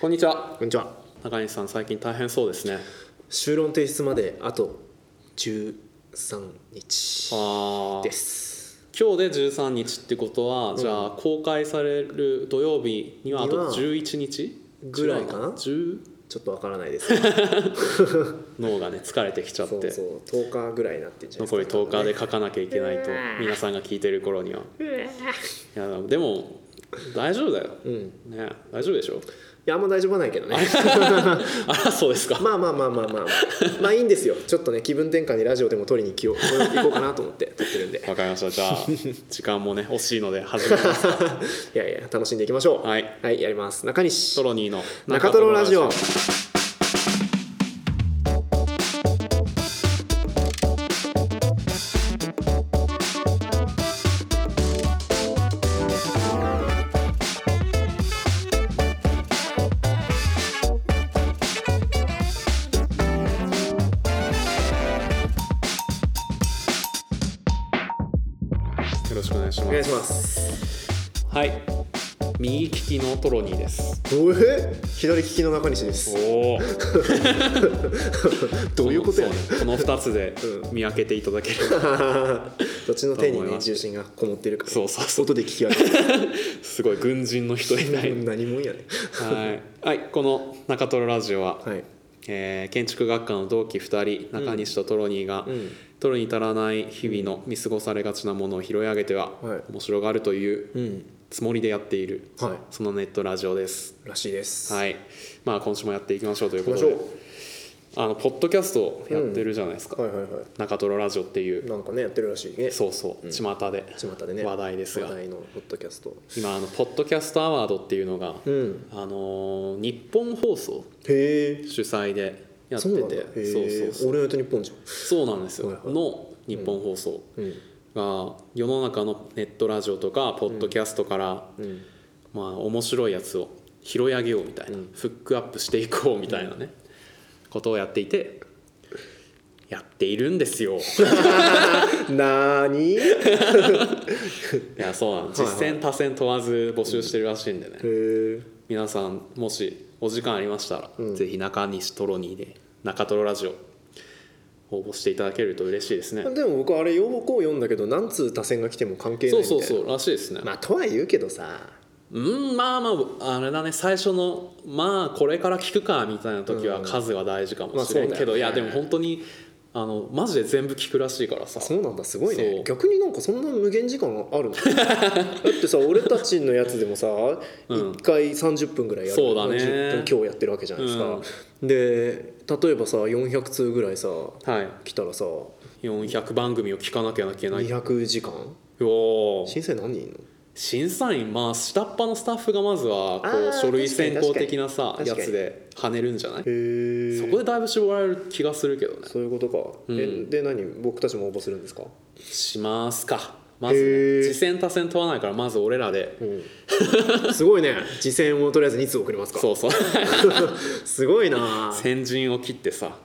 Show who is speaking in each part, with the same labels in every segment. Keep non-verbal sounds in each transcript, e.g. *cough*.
Speaker 1: こんにちは
Speaker 2: こんにちは
Speaker 1: 中西さん最近大変そうですね
Speaker 2: 就論提出まであと13日
Speaker 1: ああ
Speaker 2: です
Speaker 1: 今日で13日ってことは、じゃあ公開される土曜日にはあと11日
Speaker 2: ぐらいかな
Speaker 1: 違う10
Speaker 2: ちょっとわからないですけど
Speaker 1: 脳がね疲れてきちゃって
Speaker 2: *laughs* そうそう10日ぐらいになってんじゃない
Speaker 1: 残り10日で書かなきゃいけないと皆さんが聞いてる頃にはいやでも大丈夫だよ、ね、大丈夫でしょ
Speaker 2: いやあんま大丈夫はないけどね
Speaker 1: あらそうですか
Speaker 2: まあまあまあまあまあまあいいんですよちょっとね気分転換にラジオでも撮りに行きよう行こうかなと思って撮ってるんで
Speaker 1: わかりましたじゃあ時間もね惜しいので始めます
Speaker 2: *laughs* いやいや楽しんでいきましょう
Speaker 1: はい、
Speaker 2: やります中西
Speaker 1: トロニーの
Speaker 2: 中トロラジオ
Speaker 1: よろしくお願いし
Speaker 2: お
Speaker 1: ま
Speaker 2: 願い
Speaker 1: す
Speaker 2: します
Speaker 1: はい右利きのトロニーです
Speaker 2: おえ左利きの中西です
Speaker 1: おお
Speaker 2: *laughs* どういうことやねん
Speaker 1: この2つで
Speaker 2: う
Speaker 1: 見分けていただける
Speaker 2: *laughs* どっちの手に
Speaker 1: と思い
Speaker 2: ね
Speaker 1: ます
Speaker 2: 重心がこもってるから
Speaker 1: そうそうそう
Speaker 2: 外で聞き分ける
Speaker 1: すごい軍人の人みたい
Speaker 2: 何もんやね
Speaker 1: はい、はい、この中トロラジオは、
Speaker 2: はい
Speaker 1: えー建築学科の同期2人中西とトロニーが、
Speaker 2: うん
Speaker 1: トロに足らない日々の見過ごされがちなものを拾い上げては、
Speaker 2: はい
Speaker 1: 面白がるという
Speaker 2: うん
Speaker 1: つもりでやっている、
Speaker 2: はい
Speaker 1: そのネットラジオです。
Speaker 2: らしいです
Speaker 1: はい、まあ今週もやっていきましょうという
Speaker 2: 行
Speaker 1: こ
Speaker 2: きま
Speaker 1: と
Speaker 2: しょ
Speaker 1: で、
Speaker 2: う
Speaker 1: あのポッドキャストをやってるじゃないですか。
Speaker 2: はいはいはい
Speaker 1: 中トロラジオっていう、
Speaker 2: なんかねやってるらしいね
Speaker 1: そうそう、巷で
Speaker 2: 巷でね
Speaker 1: 話題ですが
Speaker 2: 話、題のポッドキャスト
Speaker 1: 今あのポッドキャストアワードっていうのが、
Speaker 2: うん
Speaker 1: あのー日本放送
Speaker 2: へえ
Speaker 1: 主催でやって
Speaker 2: そうなんだ
Speaker 1: て、そう
Speaker 2: へ
Speaker 1: そ
Speaker 2: え
Speaker 1: うそう
Speaker 2: 俺のやつ日本じゃん
Speaker 1: そうなんですよ、
Speaker 2: はいはい
Speaker 1: の日本放送
Speaker 2: うん
Speaker 1: が世の中のネットラジオとかポッドキャストから、
Speaker 2: うん
Speaker 1: まあ面白いやつを拾い上げようみたいな、
Speaker 2: うん
Speaker 1: フックアップしていこうみたいなね、ことをやっていてやっているんですよい *laughs*
Speaker 2: なーにへ
Speaker 1: やそうなの
Speaker 2: はい
Speaker 1: 実践他践問わず募集してるらしいんでね、
Speaker 2: え
Speaker 1: 皆さんもしお時間ありましたら、
Speaker 2: うん
Speaker 1: ぜひ中西トロニーで中トロラジオ応募していただけると嬉しいですね
Speaker 2: でも僕あれ要望を読んだけど何通多選が来ても関係ない
Speaker 1: そ
Speaker 2: み
Speaker 1: う
Speaker 2: たいな
Speaker 1: そうそうらしいですね、
Speaker 2: まあとは言うけどさ
Speaker 1: うんまあまああれだね最初のまあこれから聞くかみたいな時は数は大事かもしれんけど、
Speaker 2: まあそうだよね
Speaker 1: いやでも本当にあのマジで全部聞くらしいからさ
Speaker 2: そうなんだすごい
Speaker 1: そ
Speaker 2: ね
Speaker 1: う
Speaker 2: 逆になんかそんな無限時間あ *laughs* るのだってさ俺たちのやつでもさ、一
Speaker 1: ん
Speaker 2: 1回30分ぐらいやる
Speaker 1: そうだね
Speaker 2: 10分今日やってるわけじゃないですか、で例えばさ400通ぐらいさ
Speaker 1: はい
Speaker 2: 来たらさ
Speaker 1: 400番組を聞かなきゃいけない
Speaker 2: 200時間
Speaker 1: お
Speaker 2: 申請何人いんの
Speaker 1: 審査員まあ下っ端のスタッフがまずはこ
Speaker 2: あ
Speaker 1: う
Speaker 2: ー
Speaker 1: 書類選考的なさ
Speaker 2: 確かに確
Speaker 1: や
Speaker 2: かに
Speaker 1: つで跳ねるんじゃない
Speaker 2: へえ
Speaker 1: そこでだいぶ絞られる気がするけどね
Speaker 2: そういうことか、えで何僕たちも応募するんですか
Speaker 1: しますかまず
Speaker 2: へ
Speaker 1: ね
Speaker 2: ー
Speaker 1: 次戦他戦問わないからまず俺らで、
Speaker 2: *laughs* すごいね次戦をとりあえず2通送りますか
Speaker 1: そうそう
Speaker 2: すごいな
Speaker 1: 先陣を切ってさ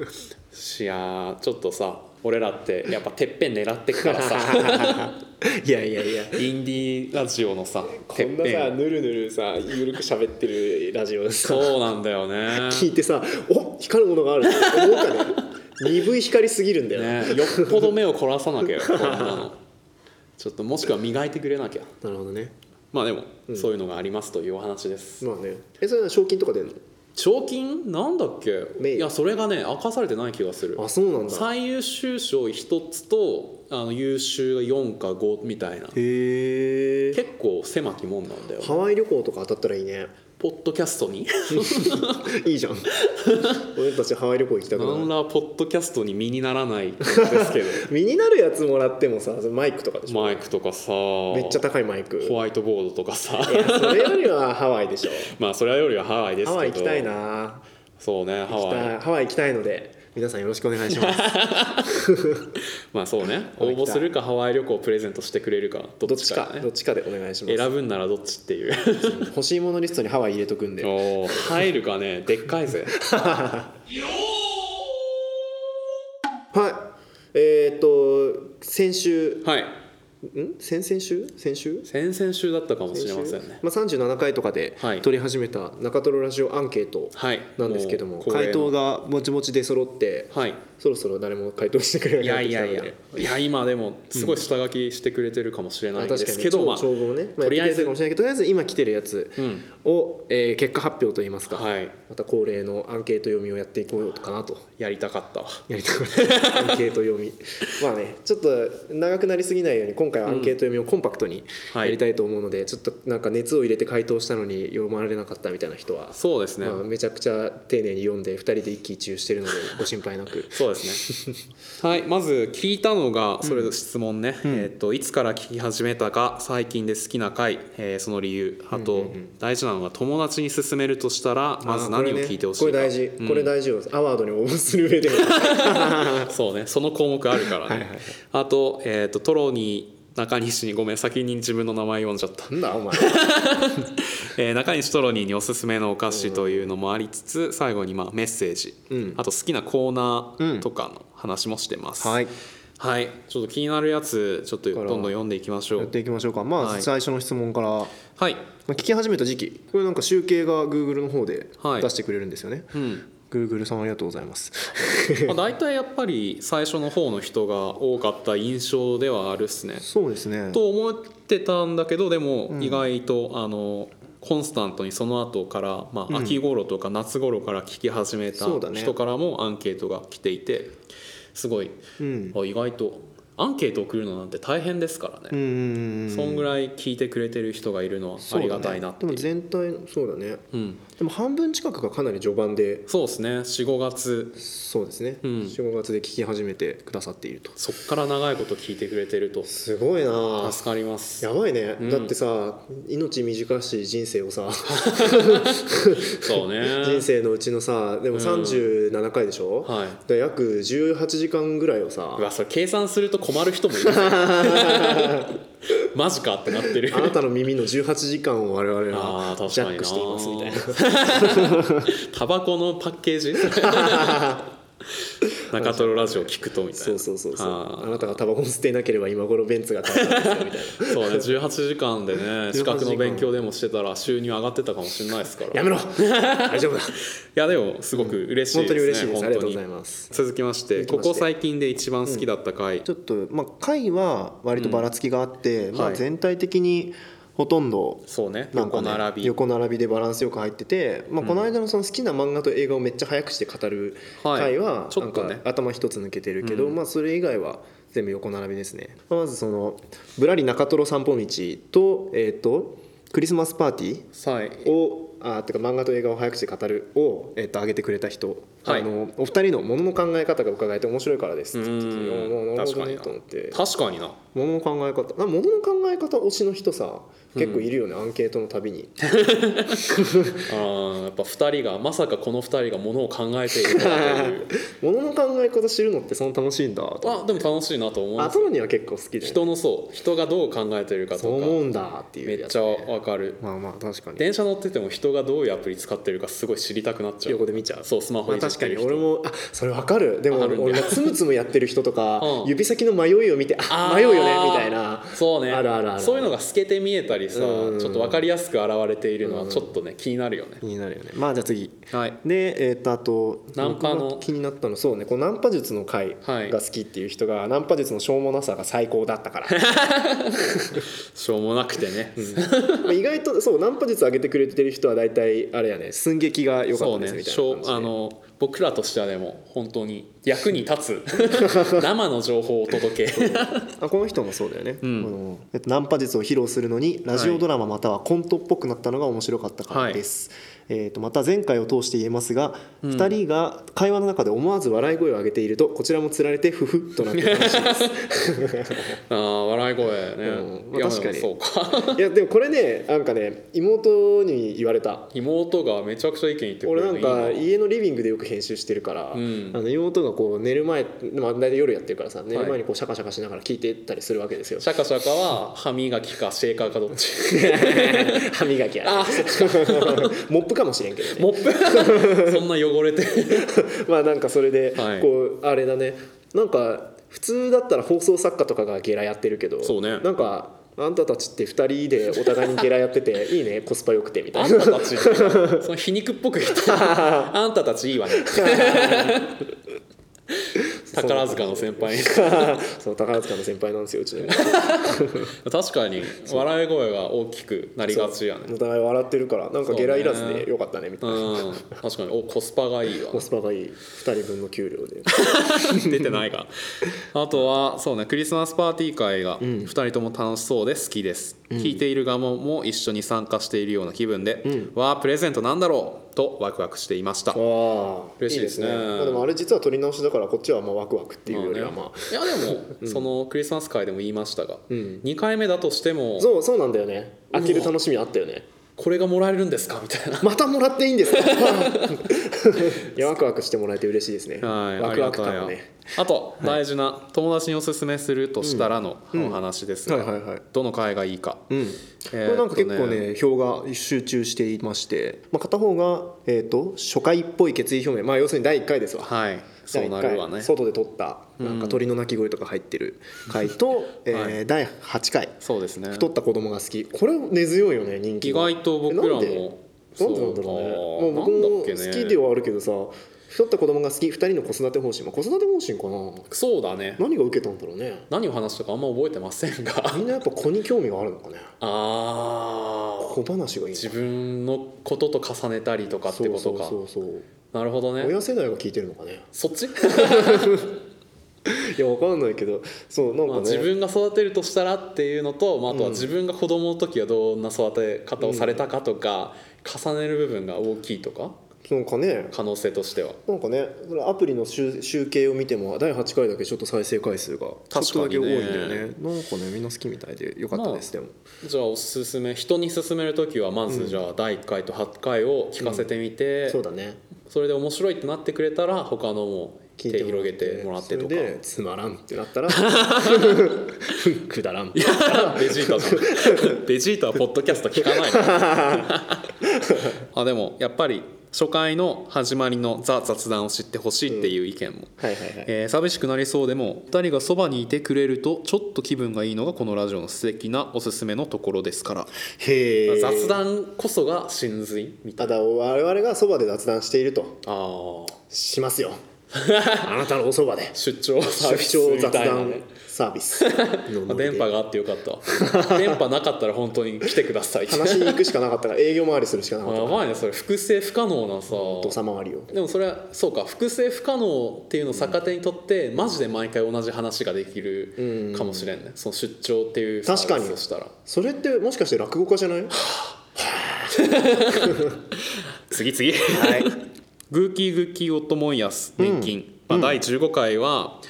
Speaker 1: いやーちょっとさ俺らってやっぱてっぺん狙ってくからさ
Speaker 2: *laughs* いやいやいや
Speaker 1: インディーラジオのさ
Speaker 2: こ
Speaker 1: てっ
Speaker 2: んな
Speaker 1: ぺ
Speaker 2: さ
Speaker 1: ん
Speaker 2: ぬるぬるさゆるく喋ってるラジオでさ
Speaker 1: そうなんだよ
Speaker 2: *laughs*
Speaker 1: ね
Speaker 2: 聞いてさお光るものがあるって思うかね鈍い光りすぎるんだよ、ね、
Speaker 1: ねよっぽど目を凝らさなきゃよこんなのちょっともしくは磨いてくれなきゃ
Speaker 2: なるほどね
Speaker 1: まあでも、そういうのがありますというお話です
Speaker 2: まあねえそれは賞金とか出る
Speaker 1: 賞金なんだっけ
Speaker 2: 名誉
Speaker 1: いやそれがね明かされてない気がする
Speaker 2: のあそうなんだ
Speaker 1: 最優秀賞1つとあの優秀が4か5みたいな
Speaker 2: へえ
Speaker 1: 結構狭きもんなんだよ
Speaker 2: ハワイ旅行とか当たったらいい *laughs* ね
Speaker 1: ポッドキャストに
Speaker 2: いいじゃん俺たちハワイ旅行行きたく
Speaker 1: なん
Speaker 2: ない
Speaker 1: らポッドキャストに身にならないです
Speaker 2: *laughs*
Speaker 1: け
Speaker 2: 身になるやつもらってもさマイクとかでし
Speaker 1: ど
Speaker 2: ょ
Speaker 1: マイクとかさ
Speaker 2: めっちゃ高いマイク
Speaker 1: ホワイトボードとかさ
Speaker 2: いやそれよりはハワイでしょ
Speaker 1: まあそれよりはハワイですけど
Speaker 2: ハワイ行きたいな
Speaker 1: そうねハ
Speaker 2: 行き
Speaker 1: ワイ
Speaker 2: たいハワイ行きたいので皆さんよろしくお願いし *laughs* ます
Speaker 1: まあそうね
Speaker 2: ハ
Speaker 1: 応
Speaker 2: ワイ行
Speaker 1: 募
Speaker 2: きたい
Speaker 1: するかハワイ旅行をプレゼントしてくれるかど
Speaker 2: ど
Speaker 1: っ
Speaker 2: っ
Speaker 1: ち
Speaker 2: ち
Speaker 1: か,、
Speaker 2: か
Speaker 1: ね、
Speaker 2: どっちかでお願いします
Speaker 1: 選ぶんならどっちっていう
Speaker 2: 欲しいものリストにハワイ入れとくんで
Speaker 1: おー入るかねでっかいぜ
Speaker 2: はいえーっと先週
Speaker 1: はい
Speaker 2: ん先々週先週
Speaker 1: 先々週だったかもしれませんね
Speaker 2: まあ、37回とかで
Speaker 1: はい
Speaker 2: 取り始めた中トロラジオアンケート
Speaker 1: はい
Speaker 2: なんですけども,、
Speaker 1: う恒例
Speaker 2: 回答がもちもちで揃って
Speaker 1: はい
Speaker 2: そろそろ誰も回答してくれ
Speaker 1: い
Speaker 2: な
Speaker 1: や
Speaker 2: い
Speaker 1: いやいやいや今でもすごい下書きしてくれてるかもしれないで
Speaker 2: 確か
Speaker 1: す
Speaker 2: に
Speaker 1: けど、まあ
Speaker 2: 超超合ね、まあ、
Speaker 1: とりあえ
Speaker 2: やっ
Speaker 1: ず
Speaker 2: てくれてるかもしれないけどとりあえず今来てるやつ
Speaker 1: うん
Speaker 2: を、えー結果発表といいますか、
Speaker 1: はい
Speaker 2: また恒例のアンケート読みをやっていこうかなと
Speaker 1: やりたかったわ
Speaker 2: やりたかったアンケート読みまあねちょっと長くなりすぎないように今回はアンケート読みをコンパクトに
Speaker 1: は
Speaker 2: や
Speaker 1: い
Speaker 2: りたいと思うので、ちょっとなんか熱を入れて回答したのに読まれなかったみたいな人は、
Speaker 1: そうですね、
Speaker 2: まあ、めちゃくちゃ丁寧に読んで2人で一喜一憂してるの
Speaker 1: *laughs*
Speaker 2: でご心配なく
Speaker 1: そうですね *laughs* はいまず聞いたのがそれ質問ね、えー、といつから聞き始めたか最近で好きな回、えーその理由あと、大事なのが友達に勧めるとしたらまず何を聞いてほしいか
Speaker 2: これ大事、これ大事よアワードに応募する
Speaker 1: *laughs*
Speaker 2: 上でも
Speaker 1: そうねその項目あるからね
Speaker 2: はいはいはい
Speaker 1: あと,、えー、とトロに中西にごめん先に自分の名前読んじゃった *laughs*
Speaker 2: なんだお前
Speaker 1: えー中西トロニーにおすすめのお菓子というのもありつつ最後にまあメッセージ、
Speaker 2: うん
Speaker 1: あと好きなコーナーとかの話もしてます、
Speaker 2: はい
Speaker 1: はいちょっと気になるやつちょっとど
Speaker 2: から
Speaker 1: んどん読んでいきましょ
Speaker 2: やっ
Speaker 1: う
Speaker 2: ていきましょうかまあ、
Speaker 1: はい
Speaker 2: 最初の質問から、ま
Speaker 1: はい、
Speaker 2: あ聞き始めた時期これなんか集計が Google の方で
Speaker 1: はい
Speaker 2: 出してくれるんですよね、
Speaker 1: うん、
Speaker 2: Google さんありがとうございます
Speaker 1: *laughs* まあ大体やっぱり最初の方の人が多かった印象ではあるっすね
Speaker 2: そうですね
Speaker 1: と思ってたんだけどでも意外と、あのコンスタントにその後から、まあ、秋頃とか夏頃から聞き始めた
Speaker 2: そうだね
Speaker 1: 人からもアンケートが来ていてすごい
Speaker 2: うん
Speaker 1: あ意外とアンケート送るのなんて大変ですから
Speaker 2: う
Speaker 1: ね、
Speaker 2: んうんうん
Speaker 1: そんぐらい聞いてくれてる人がいるのはありがたいなってい
Speaker 2: そうだねで
Speaker 1: う
Speaker 2: も全体のそうだね
Speaker 1: うん、
Speaker 2: でも半分近くがかなり序盤で
Speaker 1: そうですね45月
Speaker 2: そうですね、
Speaker 1: うん
Speaker 2: 45月で聞き始めてくださっていると
Speaker 1: そっから長いこと聞いてくれてると
Speaker 2: すごいなあ
Speaker 1: 助かります
Speaker 2: やばいね、
Speaker 1: うん
Speaker 2: だってさ命短し人生をさ
Speaker 1: そうね
Speaker 2: 人生のうちのさでも37回でしょ、
Speaker 1: はい
Speaker 2: だ約18時間ぐらいをさ
Speaker 1: うわそれ計算すると困る人もいる
Speaker 2: *laughs*
Speaker 1: ねマジかってなってる
Speaker 2: あなたの耳の18時間を我々
Speaker 1: あ
Speaker 2: は
Speaker 1: ー確かにな
Speaker 2: ジャックしていますみたいな
Speaker 1: *laughs* タバコのパッケー
Speaker 2: *laughs*
Speaker 1: ジ中トロラジオ聞くとみたいな
Speaker 2: そうそうそうそう
Speaker 1: あ
Speaker 2: あなたがタバコを吸っていなければ今頃ベンツが買ったんですよみたい *laughs* な
Speaker 1: そうね18時間でね
Speaker 2: 時
Speaker 1: 資
Speaker 2: 間
Speaker 1: 格の勉強でもしてたら収入上がってたかもしれないですから
Speaker 2: やめろ大丈夫だ
Speaker 1: いやでもすごく嬉しい
Speaker 2: 本当に
Speaker 1: で
Speaker 2: 嬉
Speaker 1: す
Speaker 2: しい
Speaker 1: ね
Speaker 2: ですありがとうござい
Speaker 1: 本
Speaker 2: ます
Speaker 1: 当に続きまして
Speaker 2: 続き
Speaker 1: こ
Speaker 2: まして
Speaker 1: こ最近で一番好きだった回
Speaker 2: ちょっとまあ回は割とばらつきがあって、まあ、
Speaker 1: はい
Speaker 2: 全体的にほとんど
Speaker 1: そうね
Speaker 2: なん
Speaker 1: 横
Speaker 2: かね
Speaker 1: 並び
Speaker 2: 横並びでバランスよく入ってて、まあ、この間のその好きな漫画と映画をめっちゃ早くして語る
Speaker 1: はい
Speaker 2: 回は
Speaker 1: ち
Speaker 2: な
Speaker 1: ょっ
Speaker 2: ん
Speaker 1: とね
Speaker 2: か頭一つ抜けてるけど、まあ、それ以外は全部横並びですねまあまずその「ぶらり中トロ散歩道と」えーと「クリスマスパーティ
Speaker 1: はい
Speaker 2: ー」をあーてか漫画と映画を早口で語るを、えー、と上げてくれた人、
Speaker 1: はい
Speaker 2: あのお二人のものの考え方が伺えて面白いからです
Speaker 1: う
Speaker 2: って言っててあー
Speaker 1: ん
Speaker 2: なる
Speaker 1: 確
Speaker 2: ほ
Speaker 1: かに
Speaker 2: どね
Speaker 1: な
Speaker 2: と思って
Speaker 1: 確かにな
Speaker 2: ものの考え方なものの考え方推しの人さ結構いるよね、アンケートのたびに
Speaker 1: あーやっぱ2人がまさかこの2人がものを考えているとはという
Speaker 2: ものの考え方知るのってそんな楽しいんだと *laughs*
Speaker 1: あでも楽しいなと思う
Speaker 2: あトロには結構好きで
Speaker 1: 人のそう人がどう考えてるか
Speaker 2: そう
Speaker 1: と
Speaker 2: 思
Speaker 1: か
Speaker 2: うんだってい
Speaker 1: め
Speaker 2: う
Speaker 1: っ
Speaker 2: や
Speaker 1: ち
Speaker 2: つ
Speaker 1: ゃわかる
Speaker 2: まあまあ確かに
Speaker 1: 電車乗ってても人がどういうアプリ使ってるかすごい知りたくなっちゃう
Speaker 2: 横で見ちゃう
Speaker 1: そうスマホ
Speaker 2: まあ
Speaker 1: いじっ
Speaker 2: 確か
Speaker 1: て
Speaker 2: に
Speaker 1: る人
Speaker 2: 俺もあそれわかるでも
Speaker 1: わかるんだ
Speaker 2: 俺がつむつむやってる人とか
Speaker 1: うん
Speaker 2: 指先の迷いを見てあ
Speaker 1: あー
Speaker 2: 迷うよねみたいな
Speaker 1: そうね
Speaker 2: あるあるある
Speaker 1: そういうのが透けて見えたりさち
Speaker 2: う
Speaker 1: ょ
Speaker 2: ん
Speaker 1: っと分かりやすく現れているのはちょっとね気になるよね
Speaker 2: 気になるよねまあじゃあ次
Speaker 1: はい
Speaker 2: でえっとあと
Speaker 1: ナンパの
Speaker 2: 僕が気になったのそうねこうナンパ術の回
Speaker 1: はい
Speaker 2: が好きっていう人がナンパ術のしょうもなさが最高だっ
Speaker 1: *laughs*
Speaker 2: たから
Speaker 1: しょうもなくてね
Speaker 2: まあ意外とそうナンパ術上げてくれてる人は大体あれやね寸劇が良かっ
Speaker 1: そう
Speaker 2: たですみ
Speaker 1: ね
Speaker 2: たい
Speaker 1: しょう
Speaker 2: な
Speaker 1: あ
Speaker 2: 感じで
Speaker 1: の僕らとしてはでも本当に役に立つ
Speaker 2: *laughs*
Speaker 1: 生の情報をお届け
Speaker 2: あこの人もそうだよね、
Speaker 1: ん
Speaker 2: あのえっとナンパ術を披露するのにラジオドラマまたはコントっぽくなったのが面白かったからです、えっとまた前回を通して言えますが、二2人が会話の中で思わず笑い声を上げているとこちらもつられてふふっとなって楽しいです
Speaker 1: あー笑い声ね
Speaker 2: うんまあ
Speaker 1: いや
Speaker 2: 確かに
Speaker 1: でもそうか
Speaker 2: *laughs* いやでもこれねなんかね妹に言われた
Speaker 1: 妹がめちゃくちゃ意見言ってくれ
Speaker 2: 俺
Speaker 1: る
Speaker 2: な
Speaker 1: のい
Speaker 2: ん
Speaker 1: いな
Speaker 2: か家のリビングでよく編集してるから、
Speaker 1: うん
Speaker 2: あの妹がこう寝る前まあ大体夜やってるからさ寝る前にこうシャカシャカしながら聞いてたりするわけですよ、
Speaker 1: シャカシャカは歯磨きかシェーカーかどっち *laughs*
Speaker 2: 歯磨きや、ね、 *laughs* モップかもしれんけどね
Speaker 1: モップ *laughs* そんな汚れて
Speaker 2: まあなんかそれで
Speaker 1: はい
Speaker 2: こうあれだねなんか普通だったら放送作家とかがゲラやってるけど
Speaker 1: そうね
Speaker 2: なんかあんたたちって2人でお互いにゲラやってていいねコスパ良くてみた
Speaker 1: あ
Speaker 2: い
Speaker 1: ん
Speaker 2: な
Speaker 1: たたちってその皮肉っぽく言って *laughs* あんたたちいいわね宝塚の先輩
Speaker 2: *laughs* その宝塚の先輩なんですようちの妹
Speaker 1: 確かに笑い声が大きくなりがちやね
Speaker 2: お互い笑ってるからなんかゲラいらずでよかったねみたいな、
Speaker 1: うん確かにおコスパがいいわ
Speaker 2: コスパがいい2人分の給料で
Speaker 1: *laughs* 出てないかあとはそうねクリスマスパーティー会が2人とも楽しそうで好きです、聞いている側も一緒に参加しているような気分で、わあプレゼントなんだろうとワクワクしていました
Speaker 2: *laughs* ああ
Speaker 1: 嬉しいですね
Speaker 2: まあ、でもあれ実は取り直しだからこっちはまあワクワクっていうよりはまあ、
Speaker 1: いやでも、そのクリスマス会でも言いましたが、2回目だとしても
Speaker 2: そうそうなんだよね開ける楽しみあったよね
Speaker 1: これがもらえるんですかみたいな
Speaker 2: またもらっていい
Speaker 1: *laughs*
Speaker 2: んですかいやワクワクしてもらえて嬉しいですね、
Speaker 1: はい
Speaker 2: ワクワク
Speaker 1: あり
Speaker 2: 感
Speaker 1: がた
Speaker 2: が
Speaker 1: いよ
Speaker 2: ね
Speaker 1: あと大事な友達におすすめするとしたらのお話ですが、
Speaker 2: はいはいはい
Speaker 1: どの会がいいか、
Speaker 2: うんこれなんか結構ね票が集中していまして、まあ、片方が、えー、と初回っぽい決意表明、まあ、要するに第1回ですわ
Speaker 1: はいそうなるわ
Speaker 2: 第一回
Speaker 1: ね
Speaker 2: 外で撮ったなんか鳥の鳴き声とか入ってる回と、
Speaker 1: *laughs*
Speaker 2: えー
Speaker 1: はい
Speaker 2: 第8回
Speaker 1: そうですね
Speaker 2: 太った子供が好きこれ根強いよね人気
Speaker 1: 意
Speaker 2: が
Speaker 1: 外と僕ら
Speaker 2: えなんで
Speaker 1: も
Speaker 2: なんでなんだろうね
Speaker 1: そ
Speaker 2: ま
Speaker 1: う
Speaker 2: あ、
Speaker 1: か
Speaker 2: 僕
Speaker 1: な
Speaker 2: も
Speaker 1: ん
Speaker 2: 好
Speaker 1: だっけね
Speaker 2: きではあるけどさ太った子供が好き2人の子育て方針、まあ、子育て方針かな
Speaker 1: そうだね
Speaker 2: 何が受けたんだろうね
Speaker 1: 何を話したかあんま覚えてませんが
Speaker 2: みんなやっぱ子に興味があるのかね
Speaker 1: *laughs* あー
Speaker 2: 小話がいい
Speaker 1: 自
Speaker 2: ね
Speaker 1: 分のことと重ねたりとかってことか
Speaker 2: そうそうそう
Speaker 1: なるほど
Speaker 2: そう
Speaker 1: ね
Speaker 2: 親世代が聞いてるのかね
Speaker 1: そっち、
Speaker 2: いやわかんないけどそうなん
Speaker 1: まあ、
Speaker 2: か
Speaker 1: 自
Speaker 2: ね
Speaker 1: 分が育てるとしたらっていうのと、まあ、あとは
Speaker 2: うん
Speaker 1: 自分が子供の時はどんな育て方をされたかとか、重ねる部分が大きいとか
Speaker 2: なんかね
Speaker 1: 可能性としては
Speaker 2: なんかねそれアプリの集集計を見ても第8回だけちょっと再生回数がちょっ
Speaker 1: 確
Speaker 2: と
Speaker 1: か
Speaker 2: だけ
Speaker 1: に
Speaker 2: 多
Speaker 1: ね
Speaker 2: いんだよねなんかねみんな好きみたいでよかったです、でも
Speaker 1: じゃあおすすめ人に勧める時はまずじゃあ第1回と8回を聞かせてみて、
Speaker 2: そうだね
Speaker 1: それで面白いってなってくれたら他のも
Speaker 2: 聞
Speaker 1: 手
Speaker 2: いて
Speaker 1: 広げてもらってと
Speaker 2: そ
Speaker 1: か
Speaker 2: れでつまらんってな
Speaker 1: *laughs*
Speaker 2: ったら *laughs* くだらん
Speaker 1: ベジータじゃんベジータはポッドキャスト聞かないのあでもやっぱり初回の始まりの「ザ・雑談」を知ってほしいっていう意見も、
Speaker 2: はいはいはい
Speaker 1: えー寂しくなりそうでも2人がそばにいてくれるとちょっと気分がいいのがこのラジオの素敵なおすすめのところですから、
Speaker 2: へえ
Speaker 1: 雑談こそが真髄みたい
Speaker 2: ただ我々がそばで雑談していると
Speaker 1: なあー
Speaker 2: しま
Speaker 1: *laughs*
Speaker 2: すよあなたのおそばで
Speaker 1: 出張サービ
Speaker 2: 出
Speaker 1: ス
Speaker 2: 張
Speaker 1: み
Speaker 2: 雑
Speaker 1: たいなね
Speaker 2: 談サービスの
Speaker 1: *laughs* まあ
Speaker 2: ノリで
Speaker 1: 電波があってよかったわ *laughs* 電波なかったら本当に来てくださいって
Speaker 2: 話しに行くしかなかったから営業回りするしかなかっ
Speaker 1: *laughs*
Speaker 2: た
Speaker 1: やばいねそれ複製不可能なさ
Speaker 2: 土佐回りを
Speaker 1: でもそれはそうか複製不可能っていうのを逆手にとって、マジで毎回同じ話ができるかもしれんね、その出張っていうサ
Speaker 2: 確か
Speaker 1: ー
Speaker 2: に
Speaker 1: ビスをしたら
Speaker 2: それってもしかして落語家じゃない
Speaker 1: 次次
Speaker 2: はい
Speaker 1: グーキーグーキーオットモンヤス年金、まあ、第15回は、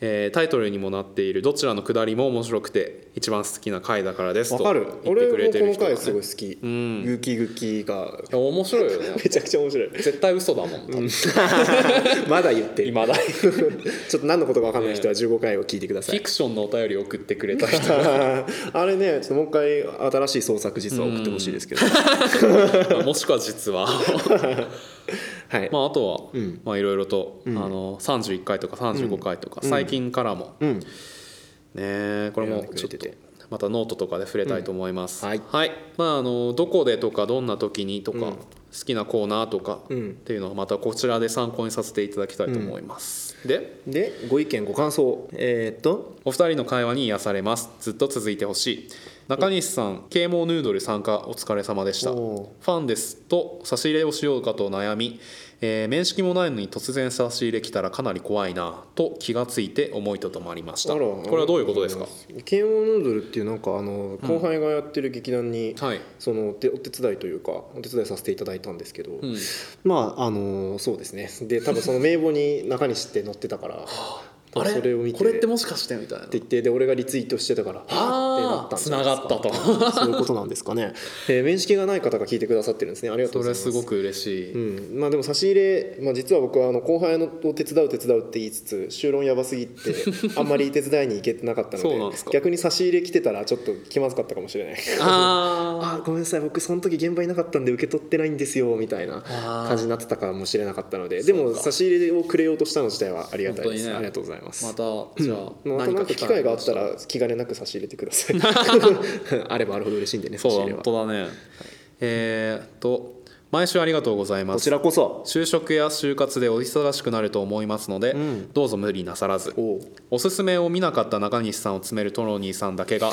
Speaker 1: えータイトルにもなっているどちらのくだりも面白くて一番好きな回だからです
Speaker 2: わ
Speaker 1: と
Speaker 2: かる
Speaker 1: 言っ
Speaker 2: 俺
Speaker 1: て
Speaker 2: も
Speaker 1: く
Speaker 2: こ
Speaker 1: れてる
Speaker 2: の
Speaker 1: 人が、
Speaker 2: 回
Speaker 1: ね、
Speaker 2: すごい好きグ
Speaker 1: ん
Speaker 2: ーキーグーキーが *laughs*
Speaker 1: いや面白いよね
Speaker 2: めちゃくちゃ面白い *laughs*
Speaker 1: 絶対嘘だもん
Speaker 2: まだ言ってる
Speaker 1: 今だフ
Speaker 2: *laughs* ちょっと何のことか分かんない人は15回を聞いてください
Speaker 1: ィクションのお便り送ってくれ
Speaker 2: *laughs*
Speaker 1: た人
Speaker 2: あれねちょっともう一回新しい創作実話を送ってほしいですけ
Speaker 1: *laughs*
Speaker 2: ど、
Speaker 1: まあもしくは実は
Speaker 2: はい、
Speaker 1: まああとは、まあいろいろと、あの31回とか35回とか、最近からも、ね
Speaker 2: ん
Speaker 1: えこれもちょっ
Speaker 2: 選んでくれて
Speaker 1: と
Speaker 2: て
Speaker 1: またノートとかで触れたいと思います、
Speaker 2: うんはい
Speaker 1: まああのどこでとかどんな時にとか、好きなコーナーとか、っていうのはまたこちらで参考にさせていただきたいと思います、で
Speaker 2: でご意見ご感想えーっと
Speaker 1: お二人の会話に癒されますずっと続いてほしい中西さん啓蒙ヌードル参加お疲れ様でした
Speaker 2: お
Speaker 1: ファンですと差し入れをしようかと悩み、えー面識もないのに突然差し入れ来たらかなり怖いなと気がついて思いとどまりました
Speaker 2: あら
Speaker 1: これはどういうことですか
Speaker 2: 慶応ヌードルっていうなんかあの後輩がやってる劇団に、
Speaker 1: はい
Speaker 2: そのお手お手伝いというかお手伝いさせていただいたんですけど、
Speaker 1: うん
Speaker 2: まああのそうですねで多分その名簿に中西
Speaker 1: *laughs*
Speaker 2: って載ってたから
Speaker 1: あれ
Speaker 2: それを見て
Speaker 1: これってもしかしてみたいな
Speaker 2: って言ってで俺がリツイートしてたから
Speaker 1: あ
Speaker 2: なったんじゃないですか
Speaker 1: あー繋がった
Speaker 2: *laughs* そういうことなんですかね、えー面識がない方が聞いてくださってるんですねありがとう
Speaker 1: そ
Speaker 2: ござい
Speaker 1: れ
Speaker 2: ます
Speaker 1: すごく嬉しい、
Speaker 2: うんまあ、でも差し入れ、まあ、実は僕はあの後輩のを手伝う手伝うって言いつつ就論やばすぎ
Speaker 1: *laughs*
Speaker 2: てあんまり手伝いに行けてなかったので
Speaker 1: そうなんですか
Speaker 2: 逆に差し入れ来てたらちょっと気まずかったかもしれないあ
Speaker 1: あ
Speaker 2: ごめんなさい僕その時現場いなかったんで受け取ってないんですよみたいな
Speaker 1: あ
Speaker 2: 感じになってたかもしれなかったのででも
Speaker 1: そうか
Speaker 2: 差し入れをくれようとしたの自体はありがたいで
Speaker 1: 本当に
Speaker 2: す、
Speaker 1: ね
Speaker 2: ありがとうございます
Speaker 1: またじゃあ
Speaker 2: また
Speaker 1: 何
Speaker 2: な
Speaker 1: か
Speaker 2: んか機会があったら気兼ねなく差し入れてく
Speaker 1: *laughs*
Speaker 2: ださいあればあるほど嬉しいんでね差し
Speaker 1: そう
Speaker 2: 入れ
Speaker 1: だ
Speaker 2: は
Speaker 1: 本当だねえーっと毎週ありがとうございま
Speaker 2: こ
Speaker 1: す
Speaker 2: ちらこそ
Speaker 1: 就職や就活でお忙しくなると思いますので、
Speaker 2: ん
Speaker 1: どうぞ無理なさらず
Speaker 2: おう
Speaker 1: おすすめを見なかった中西さんを詰めるトロニーさんだけ
Speaker 2: *laughs*
Speaker 1: が、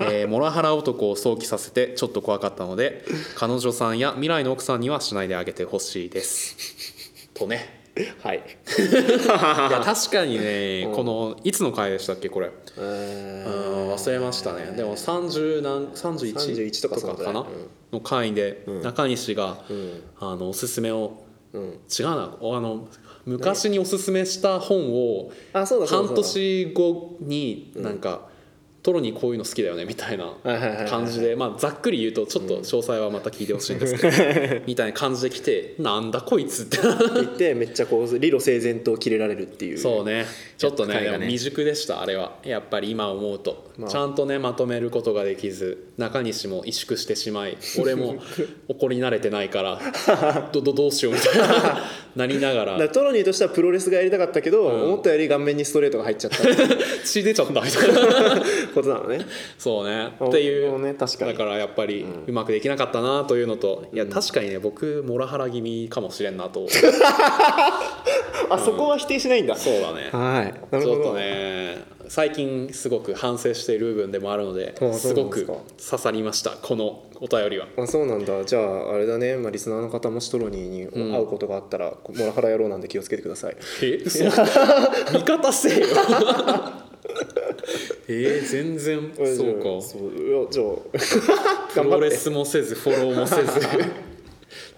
Speaker 1: えーモラハラ男を想起させてちょっと怖かったので彼女さんや未来の奥さんにはしないであげてほしいです。とね。
Speaker 2: はい
Speaker 1: いや確かにね、
Speaker 2: うん
Speaker 1: このいつの回でしたっけこれ、
Speaker 2: うー
Speaker 1: うんん、忘れましたねでも30何31
Speaker 2: 31とかそんなことだ
Speaker 1: か
Speaker 2: よ
Speaker 1: な、の回で中西が、
Speaker 2: ん
Speaker 1: あのおすすめを
Speaker 2: うん
Speaker 1: 違うなおあの昔におすすめした本を
Speaker 2: あそうだそうだそうだ
Speaker 1: 半年後になんか「トロにこういうの好きだよね」みたいない
Speaker 2: はいはいはい
Speaker 1: 感じでまあざっくり言うとちょっと詳細はまた聞いてほしいんですけ
Speaker 2: *laughs*
Speaker 1: どみたいな感じで来て「なんだこいつ」って
Speaker 2: って言ってめっちゃこう理路整然と切れられるっていう
Speaker 1: そうねちょっとね
Speaker 2: 回がね
Speaker 1: でも未熟でしたあれはやっぱり今思うと、
Speaker 2: まあ
Speaker 1: ちゃんとねまとめることができず中西も萎縮してしまい俺
Speaker 2: *laughs*
Speaker 1: も怒り慣れてないからどどどうしようみたい
Speaker 2: *laughs*
Speaker 1: ななりなが
Speaker 2: だから
Speaker 1: ら
Speaker 2: トロニーとしてはプロレスがやりたかったけど、思ったより顔面にストレートが入っちゃったっていう
Speaker 1: 血出ちゃったみたいな
Speaker 2: *laughs* ことなのね
Speaker 1: そうねってい
Speaker 2: も
Speaker 1: う、
Speaker 2: ね確かに
Speaker 1: だからやっぱりうまくできなかったなというのと、いや確かにね僕モラハラ気味かもしれんなと
Speaker 2: あそこは否定しないんだ、
Speaker 1: そうだ
Speaker 2: *laughs*
Speaker 1: ね
Speaker 2: はいなる
Speaker 1: ち
Speaker 2: ほ
Speaker 1: ょっ
Speaker 2: ど
Speaker 1: とね最近すごく反省している部分でもあるので
Speaker 2: あそうなんです
Speaker 1: す
Speaker 2: か
Speaker 1: ごく刺さりましたこのお便りは
Speaker 2: あそうなんだじゃああれだね、まあ、リスナーの方もしトロニーに会うことがあったら、こモラハラ野郎なんで気をつけてください
Speaker 1: え嘘 *laughs* 味方せえよえー、全然そうか
Speaker 2: そういやじゃ
Speaker 1: *laughs*
Speaker 2: あ
Speaker 1: プ
Speaker 2: 頑張
Speaker 1: ロ
Speaker 2: っ
Speaker 1: レ
Speaker 2: て
Speaker 1: スもせずフォローもせ *laughs* ず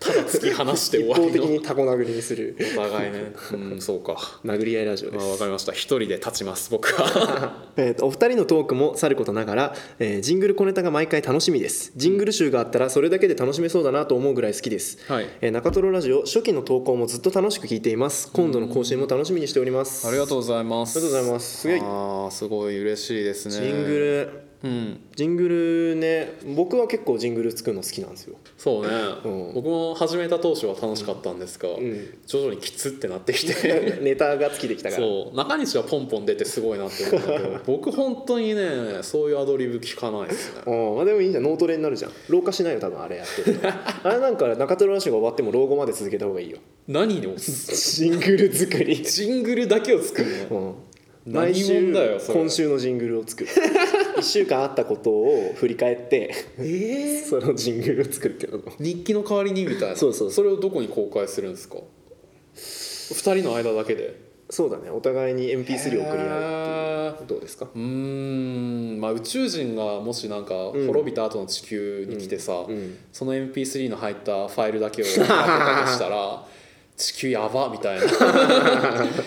Speaker 1: ただ突き放して終
Speaker 2: 一
Speaker 1: わり
Speaker 2: 方的
Speaker 1: の
Speaker 2: にタコ殴りにす
Speaker 1: *laughs*
Speaker 2: る
Speaker 1: お互いねうんそうか
Speaker 2: 殴り合いラジオです
Speaker 1: まあわかりました一人で立ちます僕は
Speaker 2: えーとお二人のトークもさることながら、えージングル小ネタが毎回楽しみですジングル集があったらそれだけで楽しめそうだなと思うぐらい好きです、
Speaker 1: はい
Speaker 2: えー中トロラジオ初期の投稿もずっと楽しく聞いています今度の更新も楽しみにしております
Speaker 1: *laughs* ありがとう
Speaker 2: う
Speaker 1: ございます
Speaker 2: ありがとうございますすごい
Speaker 1: あーすごい嬉しいですね
Speaker 2: ジングル
Speaker 1: ルうん
Speaker 2: ジングルね僕は結構ジングル作るの好きなんです *laughs* よ
Speaker 1: そうね、
Speaker 2: うん
Speaker 1: 僕も始めた当初は楽しかったんですが、
Speaker 2: ん
Speaker 1: 徐々にきつってなって
Speaker 2: *laughs*
Speaker 1: きて
Speaker 2: ネタが尽きてきたから
Speaker 1: そう中西はポンポン出てすごいなって思ったけど僕本当にねそういうアドリブ聞かないですね
Speaker 2: うんまあ、でもいいじゃん脳トレになるじゃん老化しないよ多分あれやってるとあれなんか中トロラジオが終わっても老後まで続けた方がいいよ
Speaker 1: 何を
Speaker 2: ジングル作り
Speaker 1: ジングルだけを作るの
Speaker 2: うん
Speaker 1: 何
Speaker 2: 毎週
Speaker 1: 者だよそれ
Speaker 2: 今週のジングルを *laughs* 作る1週間あったことを振り返 *laughs* って
Speaker 1: え
Speaker 2: そのジングルを作るっていうのも
Speaker 1: 日記の代わりにみたいな
Speaker 2: そうそう
Speaker 1: それをどこに公開するんですか2人の間だけで
Speaker 2: そうだねお互いに MP3 を送り合う
Speaker 1: 合う
Speaker 2: どうですか
Speaker 1: うーんまあ宇宙人がもしなんか滅びた後の地球に来てさ、
Speaker 2: うん
Speaker 1: その MP3 の入ったファイルだ
Speaker 2: *laughs*
Speaker 1: けを開けたとしたら地球やばみたいな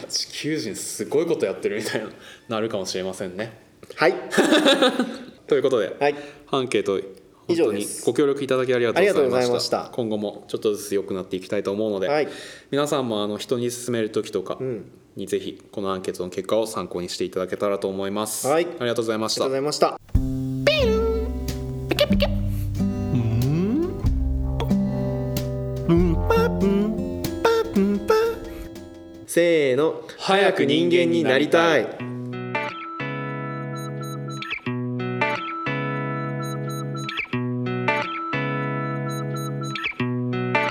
Speaker 1: 地球人すごいことやってるみたいななるかもしれませんね
Speaker 2: はい
Speaker 1: ということで、
Speaker 2: はい
Speaker 1: アンケート
Speaker 2: 以
Speaker 1: 以
Speaker 2: 上
Speaker 1: 上
Speaker 2: で
Speaker 1: に
Speaker 2: す
Speaker 1: ご協力いただきありがとうござ
Speaker 2: ありがとうござい
Speaker 1: い
Speaker 2: ま
Speaker 1: ま
Speaker 2: し
Speaker 1: したた今後もちょっとずつ良くなっていきたいと思うので、
Speaker 2: はい
Speaker 1: 皆さんもあの人に勧める時とか
Speaker 2: ん
Speaker 1: にぜひこのアンケートの結果を参考にしていただけたらと思います、
Speaker 2: はい
Speaker 1: ありがとうございまし
Speaker 2: ありがとう
Speaker 1: た
Speaker 2: ございましたせーの
Speaker 1: 早く人間になりたい
Speaker 2: は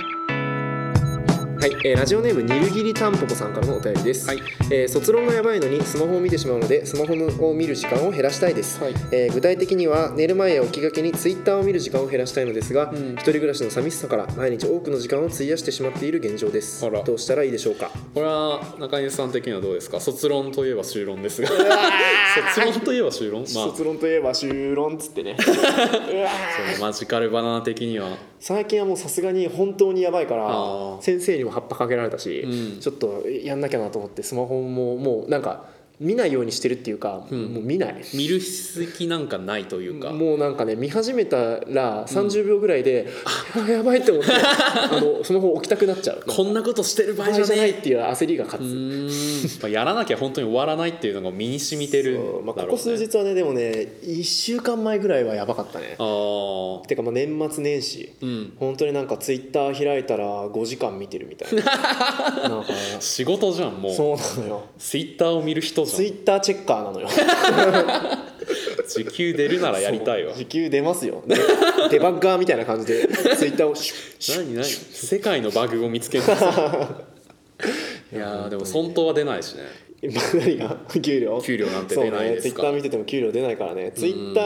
Speaker 2: い、えーラジオネームにるぎりたんぽぽさんからのお便りです、
Speaker 1: はい
Speaker 2: えー卒論がやばいのにスマホを見てしまうのでスマホを見る時間を減らしたいです、
Speaker 1: はい
Speaker 2: えー具体的には寝る前や起きがけにツイッターを見る時間を減らしたいのですが、
Speaker 1: ん
Speaker 2: 一人暮らしの寂しさから毎日多くの時間を費やしてしまっている現状です
Speaker 1: あら
Speaker 2: どうしたらいいでしょうか
Speaker 1: これは中西さん的にはどうですか卒論といえば修論
Speaker 2: *laughs*
Speaker 1: ですが卒論といえば修論まあそ
Speaker 2: 論といえば修論っつ
Speaker 1: *laughs*
Speaker 2: ってね
Speaker 1: のマジカルバナナ的には
Speaker 2: 最近はもうさすがに本当にやばいか
Speaker 1: あ
Speaker 2: ら
Speaker 1: ー
Speaker 2: 先生にも葉っぱかけられたし、
Speaker 1: うん
Speaker 2: ちょっとやんなきゃなと思ってスマホももうなんか見ないようにしてるっていうか、
Speaker 1: うん
Speaker 2: もう見ない
Speaker 1: 見る隙なんかないというか
Speaker 2: もうなんかね見始めたら30秒ぐら
Speaker 1: *laughs*
Speaker 2: いで、あやばいって思ってあのその方置きたくなっちゃう
Speaker 1: *laughs* こんなことしてる場合
Speaker 2: 場
Speaker 1: じ
Speaker 2: 合
Speaker 1: ゃ
Speaker 2: じゃな
Speaker 1: ないい
Speaker 2: っていう焦りが勝つ、
Speaker 1: まあやらなきゃ本当に終わらないっていうのが身に染みてるんだろ、
Speaker 2: そうう
Speaker 1: ね
Speaker 2: まあ、ここ数日はねでもね1週間前ぐらいはやばかったね
Speaker 1: あー
Speaker 2: てかまあ年末年始
Speaker 1: うん
Speaker 2: 本当になんかツイッター開いたら5時間見てる
Speaker 1: *laughs*
Speaker 2: みたいななんかね
Speaker 1: 仕事じゃんもう
Speaker 2: そうなのよ
Speaker 1: ツイッターを見る人
Speaker 2: ツイ
Speaker 1: じ
Speaker 2: ッターチェッカーなのよ
Speaker 1: ゃん時給出るならやりたいわ
Speaker 2: そう時給出ますよでデバッガーみたいな感じでツイッターをシュッ
Speaker 1: *laughs*
Speaker 2: シュッ
Speaker 1: 何何世界のバグを見つけるい
Speaker 2: *laughs*
Speaker 1: やーでも損当は出ないしね
Speaker 2: 今何が給料
Speaker 1: 給料なんて出ないですか
Speaker 2: そうねツイッター見てても給料出ないからねツイッタ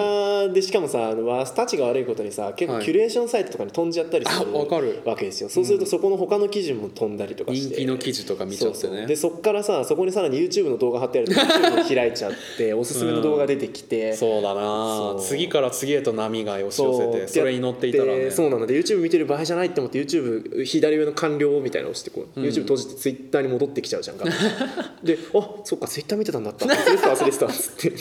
Speaker 2: ーでしかもさあのわたちが悪いことにさ結構
Speaker 1: はい
Speaker 2: キュレーションサイトとかに飛んじゃったりす
Speaker 1: あわかる
Speaker 2: るわけですよ、そうするとそこの他の記事も飛んだりとかし
Speaker 1: 人
Speaker 2: て
Speaker 1: 気の記事とか見ちゃって
Speaker 2: そうそう
Speaker 1: ね
Speaker 2: でそっからさそこにさらに YouTube の動画貼ってあ
Speaker 1: *laughs*
Speaker 2: ると YouTube を開いちゃっておすすめの動画出てきて、
Speaker 1: そうだな
Speaker 2: そう
Speaker 1: 次から次へと波が押し
Speaker 2: そう
Speaker 1: 寄せてそれに乗っていたらね
Speaker 2: でそうなので YouTube 見てる場合じゃないって思って YouTube 左上の完了みたいなの押してこう、YouTube 閉じて Twitter に戻ってきちゃうじゃんか
Speaker 1: *laughs*
Speaker 2: であそっか Twitter 見てたんだった忘れてた忘れてたっつって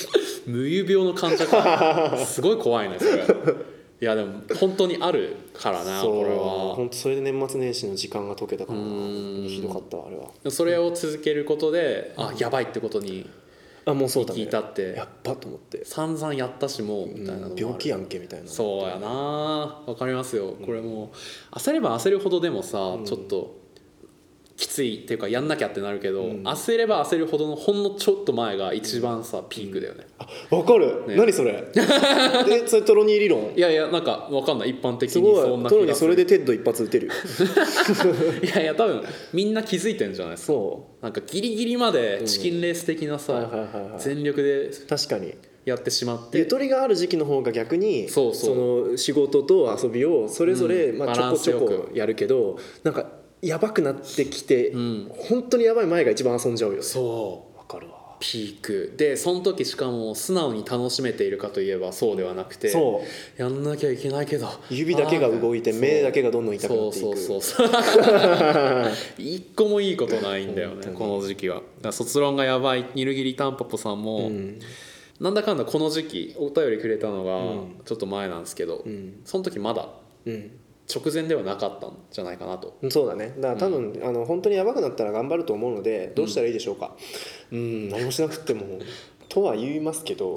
Speaker 1: 無遊病の患者
Speaker 2: *laughs*
Speaker 1: かすごい怖いねそれいやでも本当にあるから *laughs* な
Speaker 2: そ
Speaker 1: こ
Speaker 2: う
Speaker 1: れ
Speaker 2: ほ
Speaker 1: は
Speaker 2: んとそれで年末年始の時間が解けたからな
Speaker 1: うん
Speaker 2: ひどかったわあれは
Speaker 1: それを続けることであやばいってことに
Speaker 2: あもうそうだ
Speaker 1: 聞
Speaker 2: ね
Speaker 1: いたって
Speaker 2: やっぱと思って、
Speaker 1: 散々やったしもうみたいなのもあ
Speaker 2: うん
Speaker 1: る
Speaker 2: 病気やんけみたいな
Speaker 1: そうやなわかりますよこれもう焦れば焦るほどでもさ、ちょっときついっていうかやんなきゃってなるけど、
Speaker 2: うん
Speaker 1: 焦れば焦るほどのほんのちょっと前が一番さピークだよね、
Speaker 2: あわかる、
Speaker 1: ね
Speaker 2: 何
Speaker 1: *laughs*
Speaker 2: それえそれトロニー理論
Speaker 1: いやいやなんかわかんない一般的
Speaker 2: す
Speaker 1: に
Speaker 2: ごい
Speaker 1: そんな
Speaker 2: トロ
Speaker 1: 気
Speaker 2: ニー
Speaker 1: がす
Speaker 2: それ
Speaker 1: る
Speaker 2: でテッド一発打てるよ
Speaker 1: いやいや多分みんな気づいてんじゃないですか
Speaker 2: そ
Speaker 1: なんかギリギリまでチキンレース的な
Speaker 2: う
Speaker 1: さ、
Speaker 2: はいはいはい、はい、
Speaker 1: 全力で
Speaker 2: 確かに
Speaker 1: やってしまって
Speaker 2: ゆとりがある時期の方が逆に
Speaker 1: そうそう
Speaker 2: の仕事と遊びをそれぞれ、
Speaker 1: うん
Speaker 2: まあ、
Speaker 1: バ
Speaker 2: ちょ
Speaker 1: ラ
Speaker 2: こ
Speaker 1: ンス
Speaker 2: ちょ
Speaker 1: よく
Speaker 2: こやるけどなんかやばくなってきて、
Speaker 1: ん
Speaker 2: 本当にやばい前が一番遊んじゃうよね
Speaker 1: そう
Speaker 2: わかるわ
Speaker 1: ピークでその時しかも素直に楽しめているかといえばそうではなくて
Speaker 2: そう
Speaker 1: やんなきゃいけないけど
Speaker 2: 指だけが動いて目だけがどんどん
Speaker 1: が
Speaker 2: 痛
Speaker 1: 痛
Speaker 2: く
Speaker 1: く
Speaker 2: な
Speaker 1: な
Speaker 2: っ
Speaker 1: ってて
Speaker 2: い
Speaker 1: い
Speaker 2: く
Speaker 1: くそうそう *laughs* そうそう一個もいいことないんだよ
Speaker 2: 本
Speaker 1: ね
Speaker 2: 当に
Speaker 1: この時期はだから卒論がやばいニルギリタンポポさんも、
Speaker 2: うん
Speaker 1: なんだかんだこの時期お便りくれたのがちょっと前なんですけど、
Speaker 2: うん
Speaker 1: その時まだ
Speaker 2: うん
Speaker 1: 直前ではなかったんじゃないかなと
Speaker 2: そうだねだから多分、あの本当にやばくなったら頑張ると思うのでどうしたらいいでしょうかうん何もしな
Speaker 1: *laughs*
Speaker 2: くってもとは言いますけど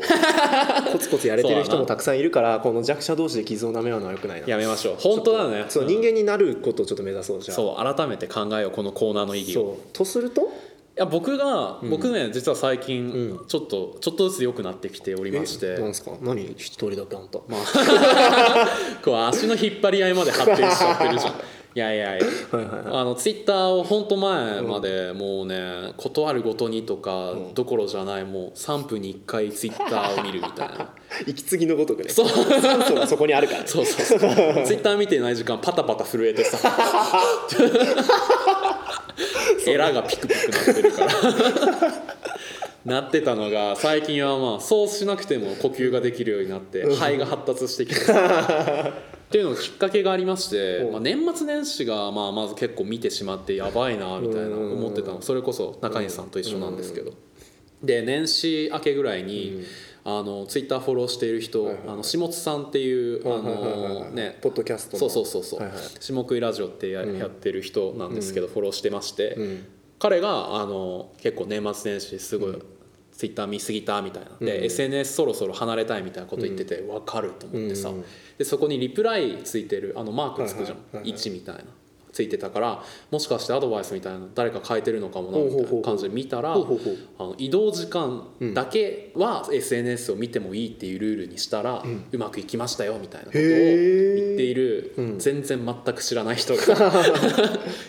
Speaker 2: コツコツやれてる人もたくさんいるからこの弱者同士で傷をなめ合うのはよくないな
Speaker 1: やめましょう本当だね
Speaker 2: そう人間になることをちょっと目指そうじゃあ
Speaker 1: そう改めて考えようこのコーナーの意義を
Speaker 2: そうとすると
Speaker 1: いや僕が、僕ね実は最近、
Speaker 2: う
Speaker 1: ちょっとちょっとずつ良くなってきておりまして、
Speaker 2: なんすか何一人だけあんた、
Speaker 1: まあ、こう足の引っ張り合いまで発展しちゃってる
Speaker 2: *laughs*
Speaker 1: じゃんいやいやいや
Speaker 2: はいはい
Speaker 1: あのツイッターをほんと前までもうね断るごとにとか
Speaker 2: うん
Speaker 1: どころじゃないもう3分に1回ツイッターを見るみたいな
Speaker 2: *laughs* 息継ぎのごとくね
Speaker 1: そう
Speaker 2: 酸素がそこにあるからね
Speaker 1: そうそうそうツイッター見てない時間パタパタ震えてさエラがピクピクなってるからなってたのが最近はまあそうしなくても呼吸ができるようになって肺が発達してきてっていうのがきっかけがありまして
Speaker 2: う、ん
Speaker 1: まあ、年末年始がまあまず結構見てしまってやばいなみたいな思ってたのそれこそ中西さんと一緒なんですけどで年始明けぐらいに、あのツイッターフォローしている人、
Speaker 2: はいはい
Speaker 1: あの下津さんっていうあ
Speaker 2: はいはいはい
Speaker 1: の
Speaker 2: はい
Speaker 1: ね
Speaker 2: ポッドキャストの
Speaker 1: そうそうそうそう、
Speaker 2: はいはい
Speaker 1: 下食いラジオってや,、ってる人なんですけど、フォローしてまして、
Speaker 2: うん
Speaker 1: 彼があの結構年末年始すごい、ツイッター見すぎたみたいなで、
Speaker 2: うん
Speaker 1: SNS そろそろ離れたいみたいなこと言ってて、わかると思ってさ、
Speaker 2: うん
Speaker 1: でそこにリプライついてるあのマークつくじゃん、
Speaker 2: はいはいはいはい
Speaker 1: 1みたいなついてたからもしかしてアドバイスみたいなの誰か書いてるのかもなみ
Speaker 2: ほ
Speaker 1: た
Speaker 2: うほう
Speaker 1: い
Speaker 2: ほう
Speaker 1: な感じで見たら
Speaker 2: ほうほうほう
Speaker 1: あの移動時間だけは SNS を見てもいいっていうルールにしたら、うまくいきましたよみたいなことを
Speaker 2: へ
Speaker 1: 言
Speaker 2: ー
Speaker 1: っている、
Speaker 2: うん
Speaker 1: 全然全く知らない
Speaker 2: *laughs*
Speaker 1: 人が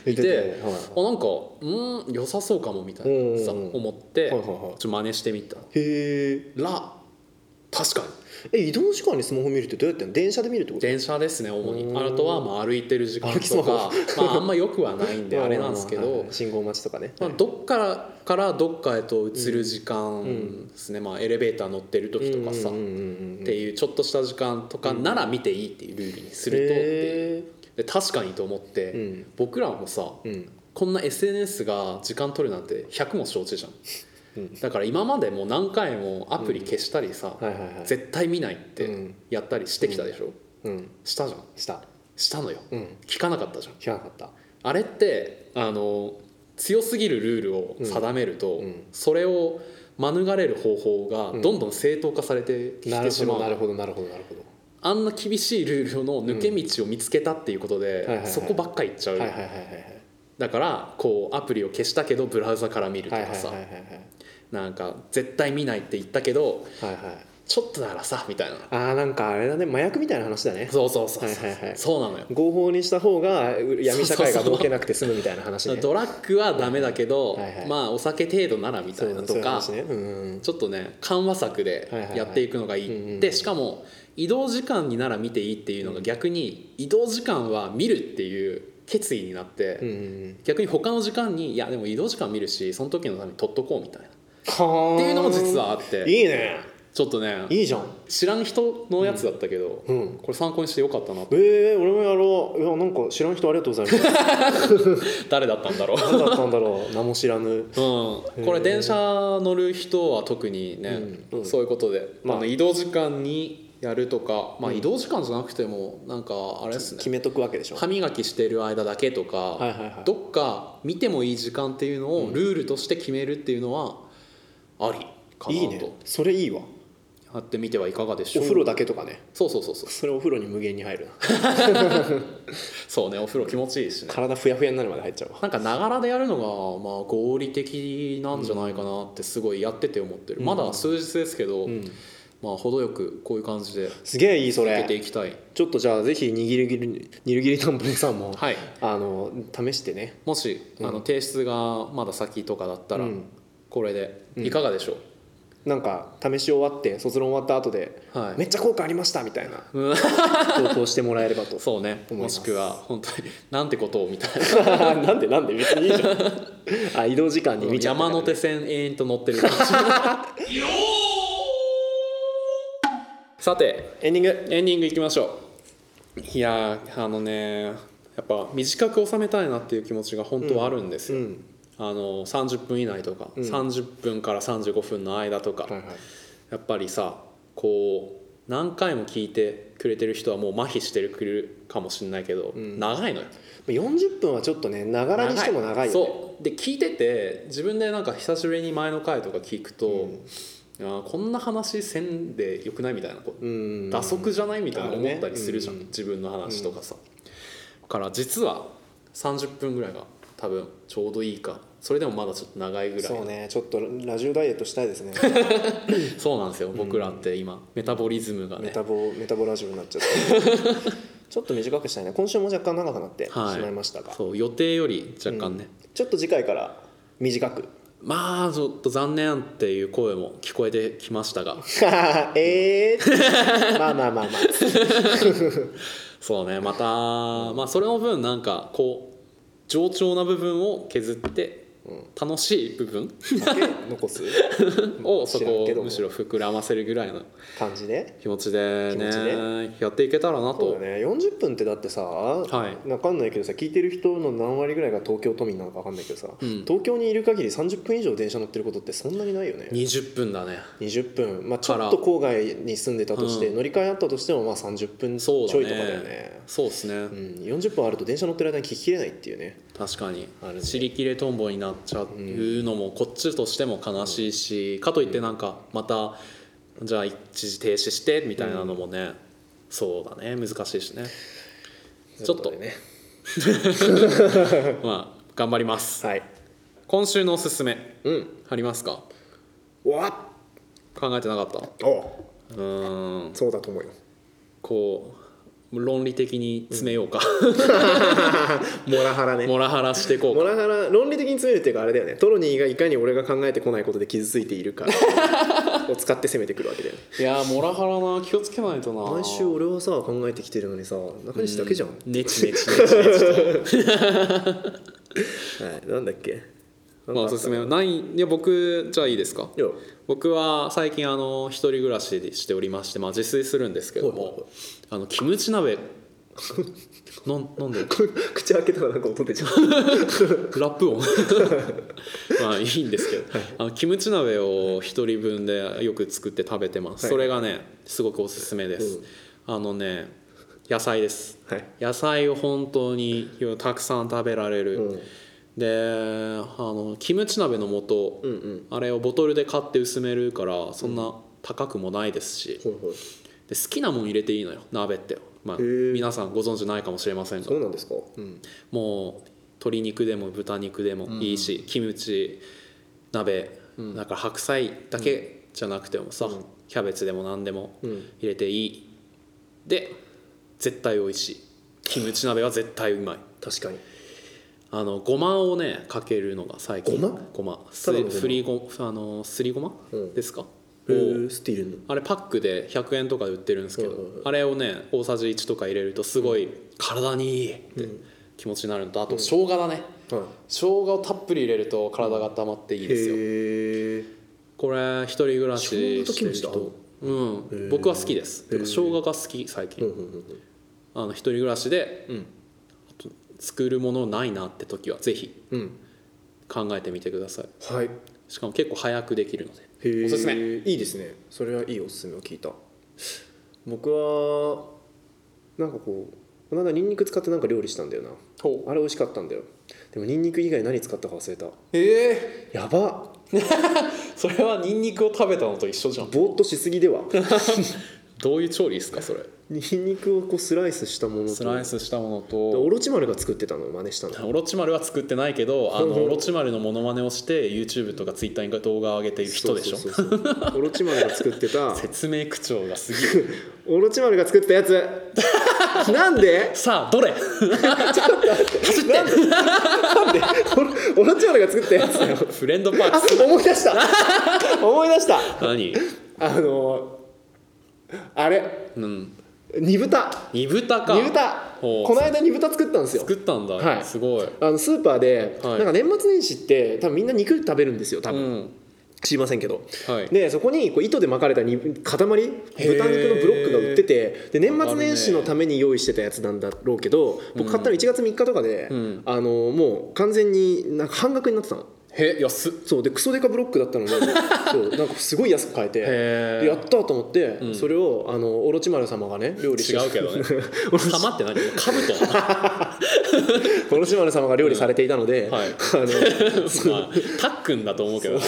Speaker 1: い
Speaker 2: いて
Speaker 1: て
Speaker 2: て
Speaker 1: あ
Speaker 2: はい
Speaker 1: なんかうん良さそうかもみたいなさ
Speaker 2: うんうんうん
Speaker 1: 思って、
Speaker 2: はいはいはい
Speaker 1: ちょっと真似してみた
Speaker 2: へえ
Speaker 1: ら確かに
Speaker 2: え移動時間にスマホ見るってどうやってんの電車で見るってこと
Speaker 1: 電車ですね主
Speaker 2: う
Speaker 1: に
Speaker 2: ん
Speaker 1: あとはまあ歩いてる時間
Speaker 2: 歩きスマ
Speaker 1: とか
Speaker 2: ホ、
Speaker 1: まあ、あんまよくはないん
Speaker 2: *laughs*
Speaker 1: であれなんですけ
Speaker 2: まあまあ
Speaker 1: ど
Speaker 2: まあ、信号待ちとかね、
Speaker 1: まあ、どっからからどっかへと移る時間ですね、まあ、エレベーター乗ってる時とかさ、
Speaker 2: うんうんうんうんうん
Speaker 1: っていうちょっとした時間とかなら見ていいっていうルールにするとっていう
Speaker 2: へ
Speaker 1: で確かにと思って、
Speaker 2: うん
Speaker 1: 僕らもさ
Speaker 2: ーうん
Speaker 1: こんな SNS が時間取るなんて100も承知じゃん
Speaker 2: うん
Speaker 1: だから今までもう何回もアプリ消したりさ、
Speaker 2: はいはいはい
Speaker 1: 絶対見ないっ
Speaker 2: う
Speaker 1: て
Speaker 2: ん
Speaker 1: やったりしてきたでしょ、
Speaker 2: うん
Speaker 1: したじゃん
Speaker 2: した
Speaker 1: したのよ、
Speaker 2: うん
Speaker 1: 聞かなかったじゃん
Speaker 2: 聞かなかった
Speaker 1: あれってあの強すぎるルールを定めると、
Speaker 2: うんうん
Speaker 1: それを免れる方法がどんどん正当化されてき
Speaker 2: な
Speaker 1: て
Speaker 2: る
Speaker 1: し
Speaker 2: ほ
Speaker 1: ま
Speaker 2: ど
Speaker 1: う、
Speaker 2: なるほどなるほどなるほど
Speaker 1: あんな厳しいルールの抜け道を見つけたっていうことで、
Speaker 2: うんはいはいはい
Speaker 1: そこばっか行っちゃう、
Speaker 2: はいはいはいはい
Speaker 1: だからこうアプリを消したけどブラウザから見ると
Speaker 2: はいはい
Speaker 1: か
Speaker 2: はい
Speaker 1: さ、
Speaker 2: はい
Speaker 1: なんか絶対見ないって言ったけど
Speaker 2: はいはい
Speaker 1: ちょっとだからさみたい
Speaker 2: *laughs*
Speaker 1: な
Speaker 2: あーなんかあれだね麻薬みたいな話だね
Speaker 1: そうそうそうそう、
Speaker 2: はいはいはい
Speaker 1: そうなのよ
Speaker 2: 合法にした方がう闇社会が儲けなくて済むみたいな話ね
Speaker 1: ドラッグはダメだけど、
Speaker 2: はいはい
Speaker 1: まあお酒程度ならみたいなとか、
Speaker 2: そうそういう話ねうん
Speaker 1: ちょっとね緩和策で
Speaker 2: はいはいはい
Speaker 1: やっていくのがいい,、
Speaker 2: うんうんうん
Speaker 1: でしかも移動時間になら見ていいっていうのが逆に移動時間は見るっていう決意になって、
Speaker 2: うんうん
Speaker 1: 逆に他の時間にいやでも移動時間見るしその時のために取っとこうみたいなっ
Speaker 2: は
Speaker 1: ていうのも実はあって
Speaker 2: いいね
Speaker 1: ちょっとね
Speaker 2: いいじゃん
Speaker 1: 知らん人のやつだったけど、
Speaker 2: うん
Speaker 1: これ参考にしてよかったな
Speaker 2: *laughs*
Speaker 1: って
Speaker 2: ええ俺もやろういやなんか知らん人ありがとうございます
Speaker 1: 誰だったんだろう
Speaker 2: 何だったんだろう名も知 *laughs* らぬ
Speaker 1: *laughs* うん、これ電車乗る人は特にね、
Speaker 2: うんうん
Speaker 1: そういうことで、
Speaker 2: まあ
Speaker 1: あの移動時間にやるとか、まあ、移動時間じゃなくてもなんかあれですね
Speaker 2: 決めとくわけでしょ
Speaker 1: 歯磨きしてる間だけとか、
Speaker 2: はいはいはい
Speaker 1: どっか見てもいい時間っていうのをルールとして決めるっていうのはありか
Speaker 2: いい
Speaker 1: な
Speaker 2: ね
Speaker 1: と
Speaker 2: それいいわ
Speaker 1: やってみてはいかがでし
Speaker 2: お
Speaker 1: ょう
Speaker 2: 風呂だけとかね
Speaker 1: そうそうそうそう
Speaker 2: それお風呂に無限に入るな
Speaker 1: そうねお風呂気持ちいいしね
Speaker 2: *laughs* 体ふやふやになるまで入っちゃうわ
Speaker 1: なんかながらでやるのがまあ合理的なんじゃないかなってすごいやってて思ってる、まだ数日ですけど、
Speaker 2: ん
Speaker 1: まあ程よくこういう感じです
Speaker 2: げえいいそ
Speaker 1: 受けて
Speaker 2: れ
Speaker 1: いきたい
Speaker 2: ちょっとじゃあぜひにぎりぎりにぎりぎりたんぽりさんも、
Speaker 1: はい
Speaker 2: あの試してね
Speaker 1: もし、あの提出がまだ先とかだったら、
Speaker 2: うん
Speaker 1: これでいかがでしょう、
Speaker 2: なんか試し終わって卒論終わった後で、
Speaker 1: はい
Speaker 2: めっちゃ効果ありましたみた *laughs* いな
Speaker 1: うん
Speaker 2: 投稿してもらえればと
Speaker 1: そうね
Speaker 2: 思い
Speaker 1: も
Speaker 2: ます
Speaker 1: しくは本当になんてことをみたいな
Speaker 2: *laughs* なんでなんで別にいいじゃん *laughs* あ移動時間に見ちゃったか
Speaker 1: *laughs*
Speaker 2: ら
Speaker 1: 山手線延々と乗ってる感 *laughs* じさて
Speaker 2: エンディング
Speaker 1: エンディングいきましょういやーあのねやっぱ短く収めたいなっていう気持ちが本当はあるんですよ、
Speaker 2: うん
Speaker 1: あの30分以内とか、30分から35分の間とか、
Speaker 2: はいはい
Speaker 1: やっぱりさこう何回も聞いてくれてる人はもう麻痺してくるかもしれないけど、長いのよ
Speaker 2: 40分はちょっとねながらにしても長いよ、ね、
Speaker 1: そうで聞いてて自分でなんか久しぶりに前の回とか聞くと、あーこんな話せんでよくないみたいなこう
Speaker 2: うん
Speaker 1: 打足じゃないみたいな
Speaker 2: あるね
Speaker 1: 思ったりするじゃん、
Speaker 2: うん
Speaker 1: 自分の話とかさ、だから実は30分ぐらいが多分ちょうどいいかそれでもまだちょっと長いぐらい
Speaker 2: そうねちょっとラジオダイエットしたいで
Speaker 1: *laughs*
Speaker 2: すね
Speaker 1: そうなんですよ僕らって今、メタボリズムが
Speaker 2: メ
Speaker 1: ね
Speaker 2: タボメタボラジオになっちゃって
Speaker 1: *laughs*
Speaker 2: ちょっと短くしたいね今週も若干長くなってし
Speaker 1: は
Speaker 2: まいましたが、
Speaker 1: そう予定より若干ね、
Speaker 2: ちょっと次回から短く *laughs*
Speaker 1: まあちょっと残念っていう声も聞こえてきました
Speaker 2: *laughs*
Speaker 1: が
Speaker 2: え
Speaker 1: *laughs*
Speaker 2: ー、まあまあまあまあ
Speaker 1: そうねまた、まあそれの分なんかこう冗長な部分を削って楽しい部分
Speaker 2: 残す
Speaker 1: をそ
Speaker 2: 知らん
Speaker 1: こ
Speaker 2: けど
Speaker 1: を
Speaker 2: も
Speaker 1: むしろ膨らませるぐらいの
Speaker 2: 感じで
Speaker 1: 気持ちで
Speaker 2: 気持ち
Speaker 1: ねやっていけたらな
Speaker 2: そうだ
Speaker 1: と
Speaker 2: ね40分ってだってさ、わ
Speaker 1: い
Speaker 2: かんないけどさ聞いてる人の何割ぐらいが東京都民なのかわかんないけどさ、
Speaker 1: ん
Speaker 2: 東京にいる限り30分以上電車乗ってることってそんなにないよね
Speaker 1: 20分だね
Speaker 2: 20分、まあ、ちょ
Speaker 1: か
Speaker 2: っ
Speaker 1: ら
Speaker 2: と郊外に住んでたとして、
Speaker 1: うん
Speaker 2: 乗り換えあったとしてもまあ30分ち
Speaker 1: そ
Speaker 2: ょ
Speaker 1: う
Speaker 2: い
Speaker 1: だ
Speaker 2: と
Speaker 1: ね
Speaker 2: かだよね
Speaker 1: そうですね、
Speaker 2: うん、40分あると電車乗ってる間に聞ききれないっていうね
Speaker 1: 確かに
Speaker 2: あるね
Speaker 1: 自力でトンボになっちゃうのもこっちとしても悲しいし、かといってなんかまたじゃあ一時停止してみたいなのもね、そうだね難しいしねちょっと
Speaker 2: というこでね
Speaker 1: まあ頑張ります
Speaker 2: はい
Speaker 1: 今週のおすすめ
Speaker 2: うん
Speaker 1: ありますか
Speaker 2: うわ
Speaker 1: 考えてなかった
Speaker 2: おう
Speaker 1: うーん
Speaker 2: そうだと思うよ
Speaker 1: こう論理的に詰めようか、
Speaker 2: モラハラね
Speaker 1: *laughs* モラハラしていこう
Speaker 2: モ
Speaker 1: か
Speaker 2: ラハラ論理的に詰めるっていうかあれだよねトロニーがいかに俺が考えてこないことで傷ついてい
Speaker 1: *laughs*
Speaker 2: るかを使って攻めてくるわけだよね
Speaker 1: いやーモラハラな気をつけないとな
Speaker 2: 毎週俺はさ考えてきてるのにさ中西だけじゃん、
Speaker 1: ネチネチ *laughs* ネチネチと
Speaker 2: はい、なんだっけ
Speaker 1: まあおすすめはないいや僕じゃあいいですか
Speaker 2: いや
Speaker 1: 僕は最近
Speaker 2: *laughs*
Speaker 1: あの一人暮らししておりまして、まあ、自炊するんですけどもあのキムチ鍋なんなんで
Speaker 2: 口開けたらなんか音出ちゃう
Speaker 1: ラップ音 *laughs* まあいいんですけど、あのキムチ鍋を一人分でよく作って食べてます、
Speaker 2: はい
Speaker 1: それがねすごくおすすめです、
Speaker 2: うん
Speaker 1: あのね野菜です
Speaker 2: はい、
Speaker 1: 野菜を本当にたくさん食べられる、
Speaker 2: うん、
Speaker 1: であのキムチ鍋の素、
Speaker 2: うんうん
Speaker 1: あれをボトルで買って薄めるからそんな高くもないですし、
Speaker 2: ほいほい
Speaker 1: で好きなもん入れていいのよ鍋って、まあ、
Speaker 2: へー
Speaker 1: 皆さんご存知ないかもしれませんが
Speaker 2: そうなんですか、うん、
Speaker 1: もう鶏肉でも豚肉でもいいし、キムチ鍋、だから白菜だけじゃなくてもさ、キャベツでも何でも
Speaker 2: うん
Speaker 1: 入れていいで絶対美味しいキムチ鍋は絶対うまい
Speaker 2: 確かに
Speaker 1: あのごまをねかけるのが最近
Speaker 2: ごま
Speaker 1: ごます
Speaker 2: りごます
Speaker 1: りごあのすりごま、
Speaker 2: うん
Speaker 1: ですか
Speaker 2: え
Speaker 1: を
Speaker 2: ー、スティールの
Speaker 1: あれパックで100円とかで売ってるんですけど、
Speaker 2: はいはいはい
Speaker 1: あれをね大さじ1とか入れるとすごい体にいいって気持ちになるのとあと生姜だね、
Speaker 2: は
Speaker 1: 生姜をたっぷり入れると体が温まっていい
Speaker 2: い
Speaker 1: ですよ、
Speaker 2: へえ
Speaker 1: これ一人暮らし
Speaker 2: 生姜と
Speaker 1: し
Speaker 2: キ
Speaker 1: て
Speaker 2: ム
Speaker 1: る
Speaker 2: チだ
Speaker 1: 人う
Speaker 2: へ
Speaker 1: ん
Speaker 2: ー
Speaker 1: 僕は好きですてか
Speaker 2: へー
Speaker 1: 生姜が好き最近、
Speaker 2: うんうんうん
Speaker 1: あの一人暮らしで
Speaker 2: うん
Speaker 1: 作るものないなって時はぜひ
Speaker 2: うん
Speaker 1: 考えてみてください
Speaker 2: はい
Speaker 1: しかも結構早くできるので
Speaker 2: へー
Speaker 1: おすすめ
Speaker 2: いいですねそれはいいおすすめを聞いた僕はなんかこうこの間ニンニク使ってなんか料理したんだよなあれ美味しかったんだよでもニンニク以外何使ったか忘れた
Speaker 1: ええ
Speaker 2: やば
Speaker 1: それはニンニクを食べたのと一緒じゃん
Speaker 2: ぼーっとしすぎで *laughs* は
Speaker 1: どういう調理ですかそれ
Speaker 2: ニンニクをこうスライスしたものと
Speaker 1: スライスしたもの
Speaker 2: オ
Speaker 1: と
Speaker 2: ロチマルが作ってたのを真似したの
Speaker 1: オロチマルは作ってないけどあ
Speaker 2: ほうほ
Speaker 1: の
Speaker 2: *laughs* う
Speaker 1: オロチマルのモノマネをして YouTube とか Twitter に動画を上げている人でしょ
Speaker 2: そうそうそうそうオロチマルが作 *laughs* ってた
Speaker 1: 説明口調がすぎる
Speaker 2: オロチマルが作ってたやつなんで
Speaker 1: さあどれ
Speaker 2: オロチマルが作ったやつだよ
Speaker 1: フレンドパーク
Speaker 2: あ
Speaker 1: ス
Speaker 2: 思い出した思い出した
Speaker 1: 何
Speaker 2: あのーあれ
Speaker 1: うん
Speaker 2: 煮豚
Speaker 1: 煮豚か
Speaker 2: 煮豚
Speaker 1: ほう
Speaker 2: この間煮豚作ったんですよ
Speaker 1: 作ったんだ、
Speaker 2: はい
Speaker 1: すごい
Speaker 2: あのスーパーで、
Speaker 1: はい
Speaker 2: なんか年末年始って多分みんな肉食べるんですよ多
Speaker 1: う
Speaker 2: 分、
Speaker 1: ん
Speaker 2: 知りませんけど
Speaker 1: はい
Speaker 2: でそこにこう糸で巻かれたに塊豚肉のブロックが売っててで年末年始のために用意してたやつなんだろうけど僕買ったの1月3日とかで、
Speaker 1: ん
Speaker 2: あのもう完全になんか半額になってたの
Speaker 1: へ安っ
Speaker 2: そうでクソデカブロックだっ
Speaker 1: *laughs*
Speaker 2: たのでそうなんかすごい安く買えて
Speaker 1: へー
Speaker 2: でやったと思って、それをあのオロチマル様がね料理して
Speaker 1: 違うけど
Speaker 2: *laughs*
Speaker 1: ね玉って何かぶと
Speaker 2: オロチマル様が料理されていたので、
Speaker 1: んはい
Speaker 2: あのそう
Speaker 1: まあたっくんだと思うけ
Speaker 2: *laughs*
Speaker 1: どね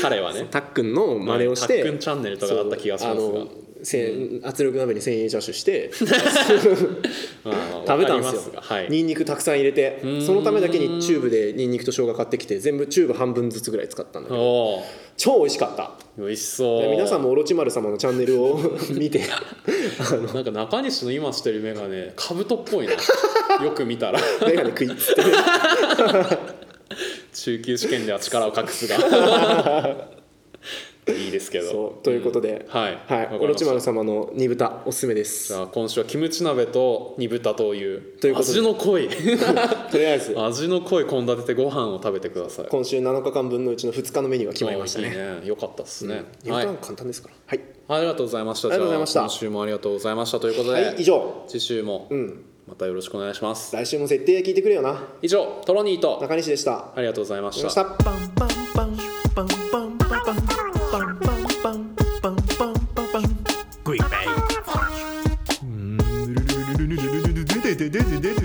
Speaker 1: 彼はね
Speaker 2: たっくんの真似をして、
Speaker 1: はいたっくんチャンネルとかだった気がしますが
Speaker 2: そうあのせん圧力鍋に千円チャーシューして
Speaker 1: 食
Speaker 2: 食べたんですよ
Speaker 1: はい
Speaker 2: ニンニクたくさん入れて
Speaker 1: ーん
Speaker 2: そのためだけにチューブでニンニクと生姜買ってきて全部チューブ半分ずつぐらい使ったんだけど
Speaker 1: おお
Speaker 2: 超美味しかった
Speaker 1: 美味しそう
Speaker 2: で皆さんもオロチマル様のチャンネルを
Speaker 1: *laughs*
Speaker 2: 見て
Speaker 1: なんか中西の今してる眼鏡かぶとっ
Speaker 2: *laughs*
Speaker 1: ぽいなよく見たら
Speaker 2: メガネ食いっつって
Speaker 1: 中級試験では力を隠す
Speaker 2: *laughs*
Speaker 1: がいいですけど
Speaker 2: そうということで、
Speaker 1: はい
Speaker 2: はい
Speaker 1: わかりました
Speaker 2: オロチマル様の煮豚おすすめです
Speaker 1: じゃあ今週はキムチ鍋と煮豚という
Speaker 2: ということで
Speaker 1: 味の濃い
Speaker 2: とりあえず
Speaker 1: *laughs* 味の濃い献立でご飯を食べてください
Speaker 2: 今週7日間分のうちの2日のメニューが決まりましたね
Speaker 1: ああいいねよかったですね、
Speaker 2: 煮
Speaker 1: はい
Speaker 2: 豚は簡単ですからはい、
Speaker 1: ありがとうございました
Speaker 2: ありがとうございまし
Speaker 1: じ
Speaker 2: た
Speaker 1: ゃあ今週もありがとうございましたということ
Speaker 2: はい
Speaker 1: で、
Speaker 2: 以上
Speaker 1: 次週も
Speaker 2: うん
Speaker 1: またよろしくお願いします、
Speaker 2: 来週も設定聞いてくれよな
Speaker 1: 以上トロニーと
Speaker 2: 中西でしたあ
Speaker 1: ありがとうございまし
Speaker 2: りがとうございま
Speaker 1: た
Speaker 2: した
Speaker 3: bum bum bum bum bum bum bum bum bum bum bum bum bum Green Bay.